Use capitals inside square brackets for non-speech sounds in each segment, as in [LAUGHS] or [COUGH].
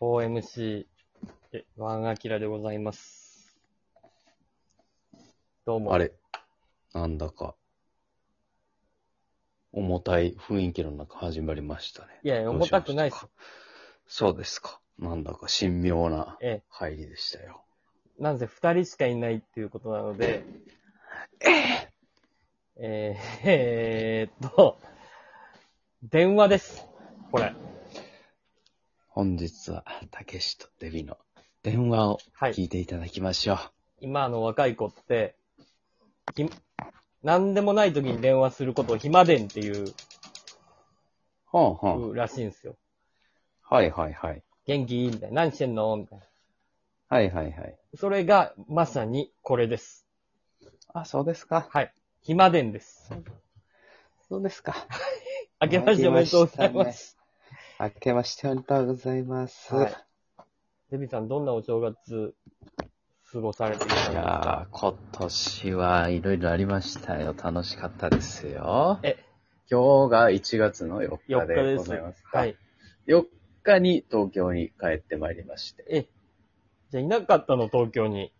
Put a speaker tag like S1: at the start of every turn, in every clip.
S1: 4MC、え、ワンアキラでございます。どうも。
S2: あれ、なんだか、重たい雰囲気の中始まりましたね。
S1: いやいや、
S2: どう
S1: 重
S2: しま
S1: た
S2: した
S1: く
S2: か
S1: ないっす。
S2: そうですか。なんだか神妙な
S1: え
S2: 入りでしたよ。
S1: え、なんせ二人しかいないっていうことなので、えー、えーっと、電話です。これ。
S2: 本日は、たけしとデビの電話を
S1: はい
S2: 聞いていただきましょう。
S1: 今の若い子って、ひ、なんでもない時に電話することを暇電っていう
S2: ほんほん。
S1: らしいんですよ。
S2: はいはいはい。
S1: 元気みたいな。何してんのみたいな。
S2: はいはいはい。
S1: それが、まさにこれです。
S2: あ、そうですか。
S1: はい。暇電です。
S2: そうですか。
S1: 明けましておめでとうございます。
S2: 明けましておめでとうございます。
S1: はい
S2: い、
S1: デビさん、どんなお正月、過ごされていたんですか
S2: やー、今年はいろいろありましたよ。楽しかったですよ。
S1: え
S2: 今日が1月の4
S1: ?4
S2: 日
S1: 日
S2: で
S1: で
S2: ご
S1: す。
S2: ざいます。
S1: はい。
S2: 4日に東京に帰ってまいりまして。
S1: え、じゃあいなかったの、東京に。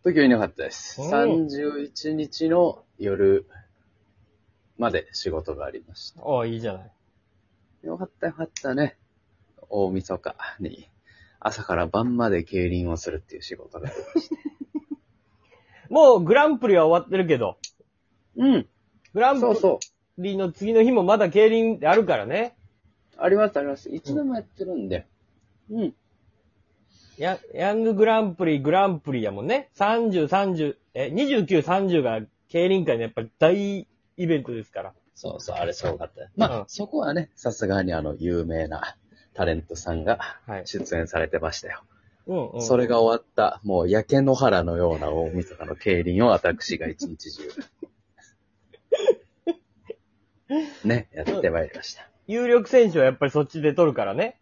S2: 東京いなかったです。
S1: お
S2: 31日の夜まで仕事がありました。
S1: ああ、いいじゃない。
S2: よかったよかったね。大晦日に朝から晩まで競輪をするっていう仕事がありました。
S1: もう、グランプリは終わってるけど、
S2: うん。
S1: グラン
S2: そう
S1: プ
S2: そう。
S1: リの次の日もまだ競輪ってあるからね。
S2: ありますあります。いつでもやってるんで。うん。
S1: ヤヤンググランプリ、グランプリやもんね。30、30、え、29、30が競輪界のやっぱり大イベントですから。
S2: そうそう、あれすごかった。まあ、
S1: うん
S2: そこはね、さすがにあの、有名なタレントさんが
S1: はい。
S2: 出演されてましたよ。
S1: うん、うん。
S2: それが終わった、もう焼け野原のような大晦日の競輪を私が一
S1: [LAUGHS]
S2: 日中。ね、やってまいりました。
S1: 有力選手はやっぱりそっちで取るからね。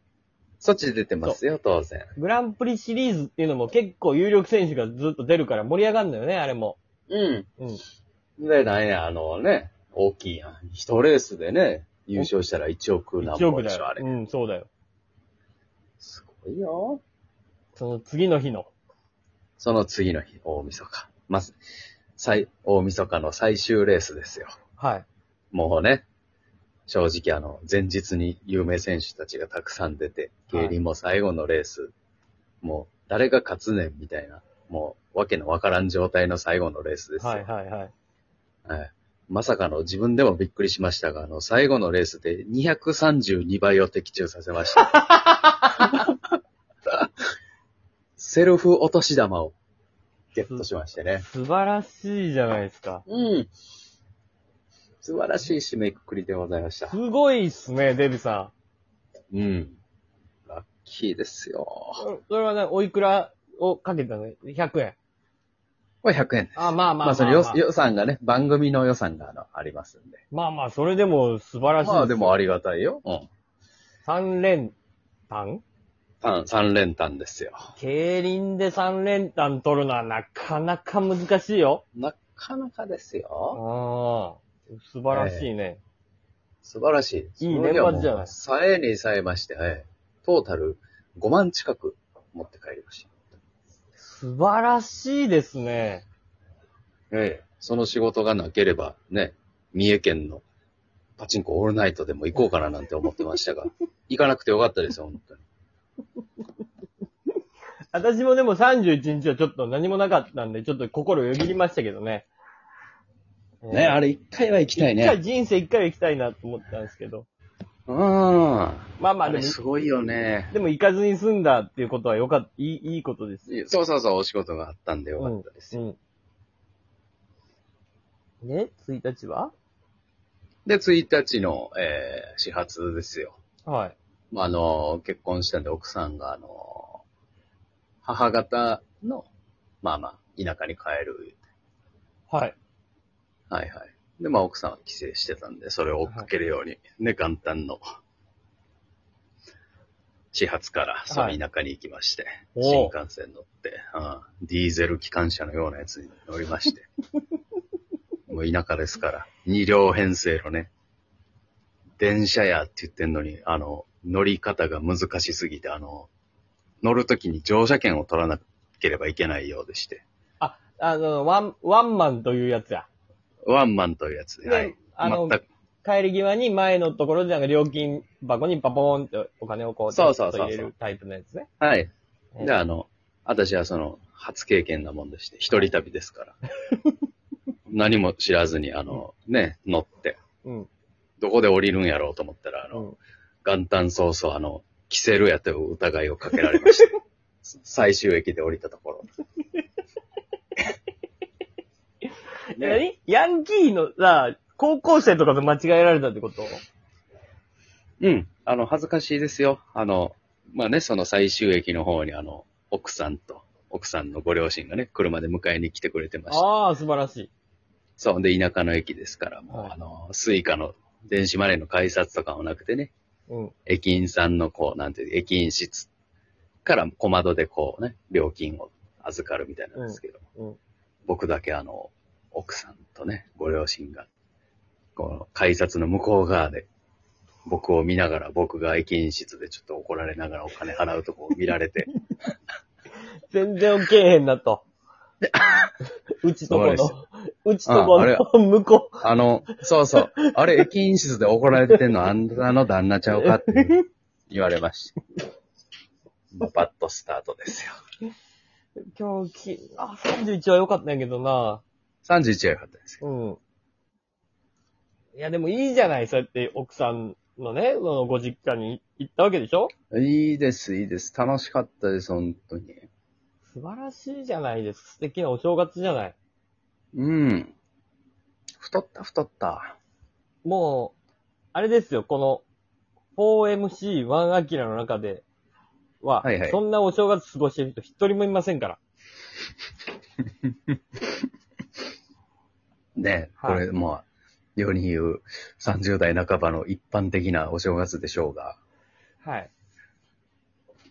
S2: そっち出てますよ、当然。
S1: グランプリシリーズっていうのも結構有力選手がずっと出るから盛り上がるのよね、あれも。
S2: う
S1: うん。
S2: ん。で、なんや、あのね、大きいやん。一レースでね、優勝したら1億何
S1: 1
S2: 本
S1: 億
S2: で
S1: だ
S2: しょ、あ
S1: よ。
S2: れ
S1: う。ん、そうだよ。
S2: すごいよ。
S1: その次の日の。
S2: その次の日、大晦日。まず、最、大晦日の最終レースですよ。
S1: はい。
S2: もうね、正直あの、前日に有名選手たちがたくさん出て、
S1: はい
S2: 競輪も最後のレース、もう誰が勝つねんみたいな、もうわけのわからん状態の最後のレースですよ。
S1: はい、はい、はい。
S2: はいまさかの自分でもびっくりしましたが、あの、最後のレースで232倍を的中させました。セルフ落とし玉をゲットしましてね。
S1: 素晴らしいじゃないですか。
S2: うん。素晴らしい締めくくりでございました
S1: す。ごいっすね、デビさ
S2: うん。ラッキーですよ。
S1: ん。それはね、おいくらをかけたの ?100 円。
S2: これ100円です。
S1: あ、まあまあまあ、まあ。
S2: まあ、その予予算がね、番組の予算があのありますんで。
S1: まあまあ、それでも素晴らしいす。
S2: まあでもありがたいよ。うん。
S1: 3連単
S2: 三三連単ですよ。
S1: 競輪で3連単取るのはなかなか難しいよ。
S2: なかなかです
S1: ああ
S2: よ。、
S1: 素晴らしいね。
S2: 素晴らしい。
S1: いい
S2: それではも
S1: 年末
S2: う
S1: じゃない
S2: さえにさえまして、はい。トータル5万近く持って帰りまし
S1: 素晴らしいですね。
S2: た。ええ。その仕事がなければ、ね、三重県のパチンコオールナイトでも行こうかななんて思ってま [LAUGHS] したが、行かなくてよかったですよ、本当に。
S1: 私もでも31日はちょっと何もなかったんで、ちょっと心よぎりましたけどね。
S2: ね、あ
S1: れ
S2: れ一回は行きたいね。
S1: 一回人生一回は行きたいなと思ったんですけど。
S2: うん。あ
S1: まあまあで
S2: れ
S1: も、
S2: すごいよね。
S1: でも行かずに済んだっていうことはよかった、いい、いいことです。
S2: そうそうそう、お仕事があったんでよかったです
S1: う
S2: よ。
S1: ん。ね、1日は
S2: で、1日の、えー始発ですよ。
S1: はい。
S2: まあ、あの、結婚したんで奥さんが、あの、母方の、まあまあ、田舎に帰る。
S1: はい。
S2: はいはい。で、まあ奥さんは帰省してたんで、それを追っかけるように、ね、元旦の、始発から、その田舎に行きまして、
S1: おう
S2: 新幹線乗って、うん、ディーゼル機関車のようなやつに乗りま
S1: [LAUGHS]
S2: して、もう田舎ですから、二両編成のね、電車やって言ってんのに、あの、乗り方が難しすぎて、あの、乗るときに乗車券を取らなければいけないようでして。
S1: あ、あの、ワン、ワンマンというやつや。
S2: ワンマンというやつで、
S1: で
S2: はい。
S1: あの
S2: 全く
S1: 帰り際に前のところでなんか料金箱にパポーンってお金をこう、
S2: そうそうそうそ
S1: ちょっ
S2: う
S1: と入れるタイプのやつね。
S2: はい。
S1: え
S2: で、あの、私はその、初経験なもんでして、一人旅ですから。何も知らずに、あの、ね、乗って、
S1: うん。
S2: どこで降りるんやろうと思ったら、あ
S1: う
S2: の、
S1: ん。
S2: 元旦早々、あの、キセルやという疑いをかけられま
S1: [LAUGHS]
S2: して、最終駅で降りたところ。ね、
S1: 何ヤンキーのさ、高校生とかと間違えられたってこと
S2: うん、あの、恥ずかしいですよ。あの、まあね、その最終駅の方に、あの、奥さんと、奥さんのご両親がね、車で迎えに来てくれてました。
S1: ああ、素晴らしい。
S2: そう、で、田舎の駅ですから、もう、
S1: はい
S2: あの、スイカの電子マネーの改札とかもなくてね、
S1: うん。
S2: 駅員さんの、こう、なんていう、駅員室から小窓でこうね、料金を預かるみたいなんですけど、
S1: うんうん
S2: 僕だけあの、奥さんとね、ご両親が、この改札の向こう側で、僕を見ながら、僕が駅員室でちょっと怒られながらお金払うとこを見られて、
S1: 全然受けへんな
S2: [LAUGHS]
S1: と。うちとこ
S2: そう
S1: の、うちとこ
S2: ああれ
S1: の向こ
S2: あの、そうそう、あれ、駅員室で怒られてんの、あんたの旦那ちゃうかって言われました。もうバッドスタートですよ。
S1: う。今日き、あ、31は良かったんやけどな。
S2: 31は良かったですよ。
S1: うん。いや、でもいいじゃない。そうやって奥さんのね、そのご実家に行ったわけでしょ
S2: いいです、いいです。楽しかったです、本当に。
S1: 素晴らしいじゃないですか。素敵なお正月じゃない。
S2: うん。太った、太った。
S1: もう、あれですよ、この、4MC1 アキラの中では、
S2: はいはい
S1: そんなお正月過ごしてる人一人もいませんから。
S2: ね、
S1: はい
S2: これ、まあ、世に言う30代半ばの一般的なお正月でしょうが、
S1: はい。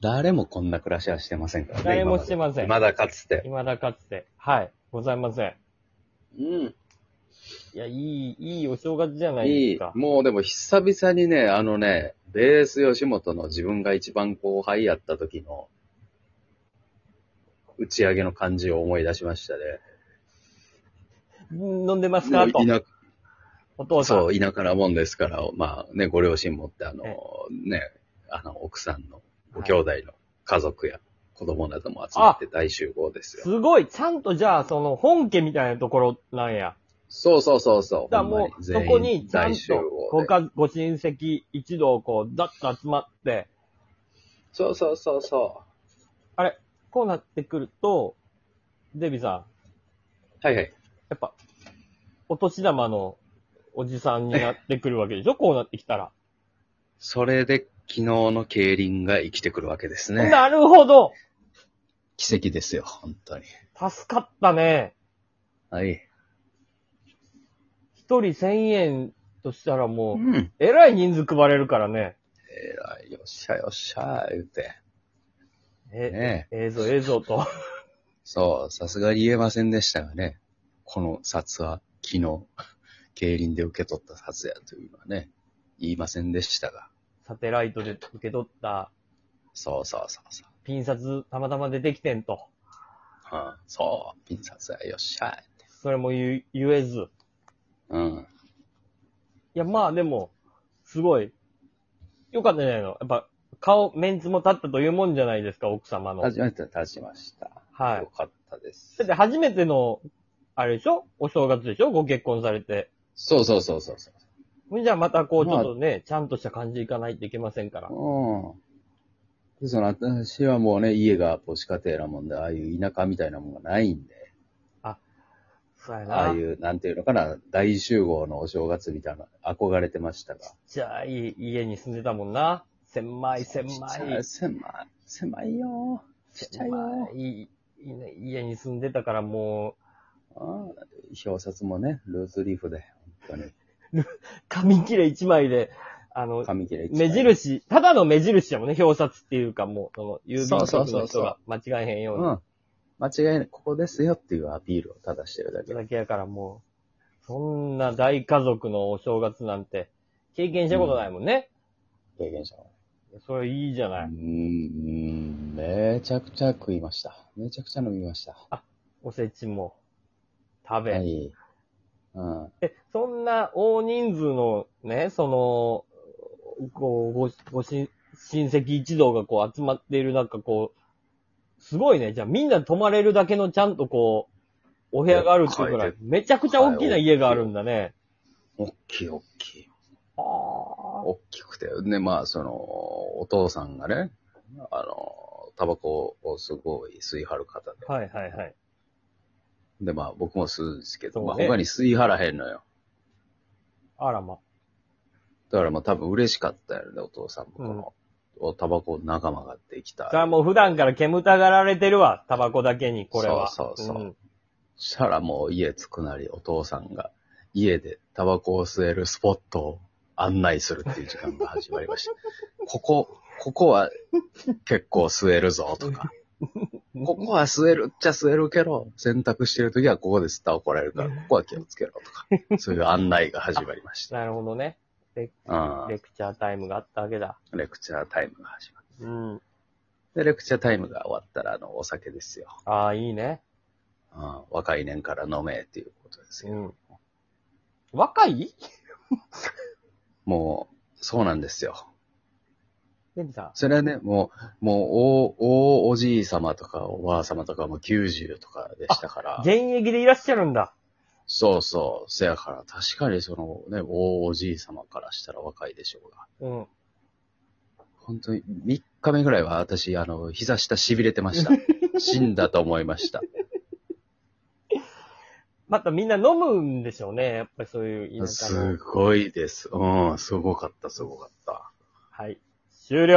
S2: 誰もこんな暮らしはしてませんからね。
S1: 誰もしてません
S2: まだかつて。
S1: 未だかつて。はい。ございません。
S2: うん。
S1: いや、いい、いいお正月じゃない
S2: い
S1: で
S2: い
S1: すか。。
S2: もうでも久々にね、あのね、ベース吉本の自分が一番後輩やった時の打ち上げの感じを思い出しましたね。
S1: 飲んでます
S2: も
S1: か
S2: う
S1: と。
S2: 田
S1: お父さん。
S2: そう、田舎なもんですから、まあね、ご両親持って、あの
S1: え、
S2: ね、あの、奥さんの、ご兄弟の家族や子供なども集まって大集合ですよ。
S1: すごい。ちゃんとじゃあ、その、本家みたいなところなんや。
S2: そうそうそうそう。
S1: だから
S2: ほんま
S1: もう、そ
S2: に全員
S1: こにちゃん
S2: 大集
S1: と、
S2: 合
S1: ご
S2: で。
S1: 家ご親戚一同、こう、だっと集まって、
S2: そうそうそうそ
S1: こうなってくると、デビさん、
S2: う。はいはい。
S1: やっぱ、お年玉のおじさんになってくるわけで
S2: [LAUGHS]
S1: しょこうなってきたら。
S2: それで、昨日の競輪が生きてくるわけですね。
S1: なるほど
S2: 奇跡ですよ、本当に。
S1: 助かったね。
S2: はい。
S1: 一人千円としたらもう、
S2: ん。
S1: えらい人数配れるからね。
S2: えらい、よっしゃよっしゃ、言うて。
S1: え、
S2: ね
S1: ええぞええぞと。
S2: そう、さすがに言えませんでしたがね、この札は昨日、 [LAUGHS] 競輪で受け取った札やというのはね、言いませんでしたが、
S1: サテライトで受け取った
S2: そうそうそうそう。
S1: ピン札たまたま出てきてんと。
S2: うん、そう、ピン札やよっしゃい。
S1: それも言う言えず。
S2: うん。
S1: いや、まあでも、すごい、よかったんじゃないのやっぱ、顔、メンツも立ったというもんじゃないですか、奥様の。
S2: 初めて立ちました。
S1: はい
S2: よかったです
S1: だっ。て初めての、あれでしょお正月でしょご結婚されて。
S2: そうそうそうそうそ
S1: ほんじゃあまたこう、ち
S2: ま
S1: ょ
S2: あ
S1: っとね、ちゃんとした感じでいかないといけませんから。
S2: う。うん。で、その私はもうね、家が母子家庭なもんで、ああいう田舎みたいなもんがないんで、
S1: そうやな。
S2: ああいう、なんていうのかな、大集合のお正月みたいな、憧れてましたが。
S1: じゃあ、いい家に住んでたもんな。狭い、狭い。
S2: 狭い、狭い、狭いよ。ちっちゃいよ。
S1: いいね家に住んでたからも
S2: ああ表札もね、ルーズリーフで、本当に。
S1: う、紙切れ一枚で、あの、
S2: 紙切れ一枚
S1: 目。印、ただの目印やもんね、表札っていうかもう、その、郵便
S2: そう
S1: 局
S2: そ
S1: の
S2: うそ
S1: 人
S2: う
S1: が間違えへんよう
S2: う
S1: に。
S2: ん。間違いない、ここですよっていうアピールをただしてるだけ。
S1: だけやからもう、そんな大家族のお正月なんて、経験したことないもんね。
S2: 経験者は。
S1: それいいじゃ
S2: う
S1: ない。
S2: ん、めちゃくちゃ食いました。めちゃくちゃ飲みました。
S1: おせちも食べ。
S2: はい。うん。
S1: そんな大人数のね、その、こう、ご、ごし、親戚一同がこう集まっている中、こう、すごいね。じゃあみんな泊まれるだけのちゃんとこう、お部屋があるっていうくら
S2: はい
S1: い、めちゃくちゃ大きな家があるんだね。
S2: おっきいおっきい。
S1: あ
S2: おっきくて。ね、まあ、その、お父さんがね、あの、タバコをすごい吸い張る方で。
S1: あ。はいはいはい。
S2: で、まあ、僕も吸うんですけど、
S1: そう
S2: まあ、
S1: ね
S2: 他に吸い張らへんのよ。
S1: あらま。
S2: だからまあ、多分嬉しかったよね、お父さんも。こ
S1: うん
S2: の、おタバコ仲間ができた
S1: じ。ゃあもう普段から煙たがられてるわ。タバコだけに、これは。
S2: そうそうそう
S1: うん
S2: そしたらもう家着くなり、お父さんが家でタバコを吸えるスポットを案内するっていう時間が始まりました。ここ、ここは結構吸えるぞとか。ここは吸えるっちゃ吸えるけど、洗濯してる時はここで吸ったら怒られるから、ここは気をつけろとか。そういう案内が始まりました。
S1: なるほどね。レ
S2: う
S1: レクチャータイムがあったわけだ。
S2: ん。レクチャータイムが始まっ
S1: うん。
S2: て。で、レクチャータイムが終わったら、あの、お酒ですよ。
S1: ああ、いいね。
S2: うん。若い年から飲めっていうことですよ。
S1: うん。若い
S2: もう、そうなんですよ。
S1: デンジさ
S2: それはね、もう、もう、お、お、おじい様とか、おばあ様とかも90とかでしたか
S1: ん。
S2: ら
S1: 現。役でいらっしゃるんだ。
S2: そうそう。せやから、確かにそのね、お、おじい様からしたら若いでしょうが。
S1: うん。
S2: 本当に、3日目ぐらいは私、あの、膝下痺れてま
S1: [LAUGHS]
S2: した。死んだと思いました。
S1: またみんな飲むんでしょうね。やっぱりそういう田舎
S2: す
S1: の。
S2: ごいです。うん、すごかった、すごかった。
S1: はい。終了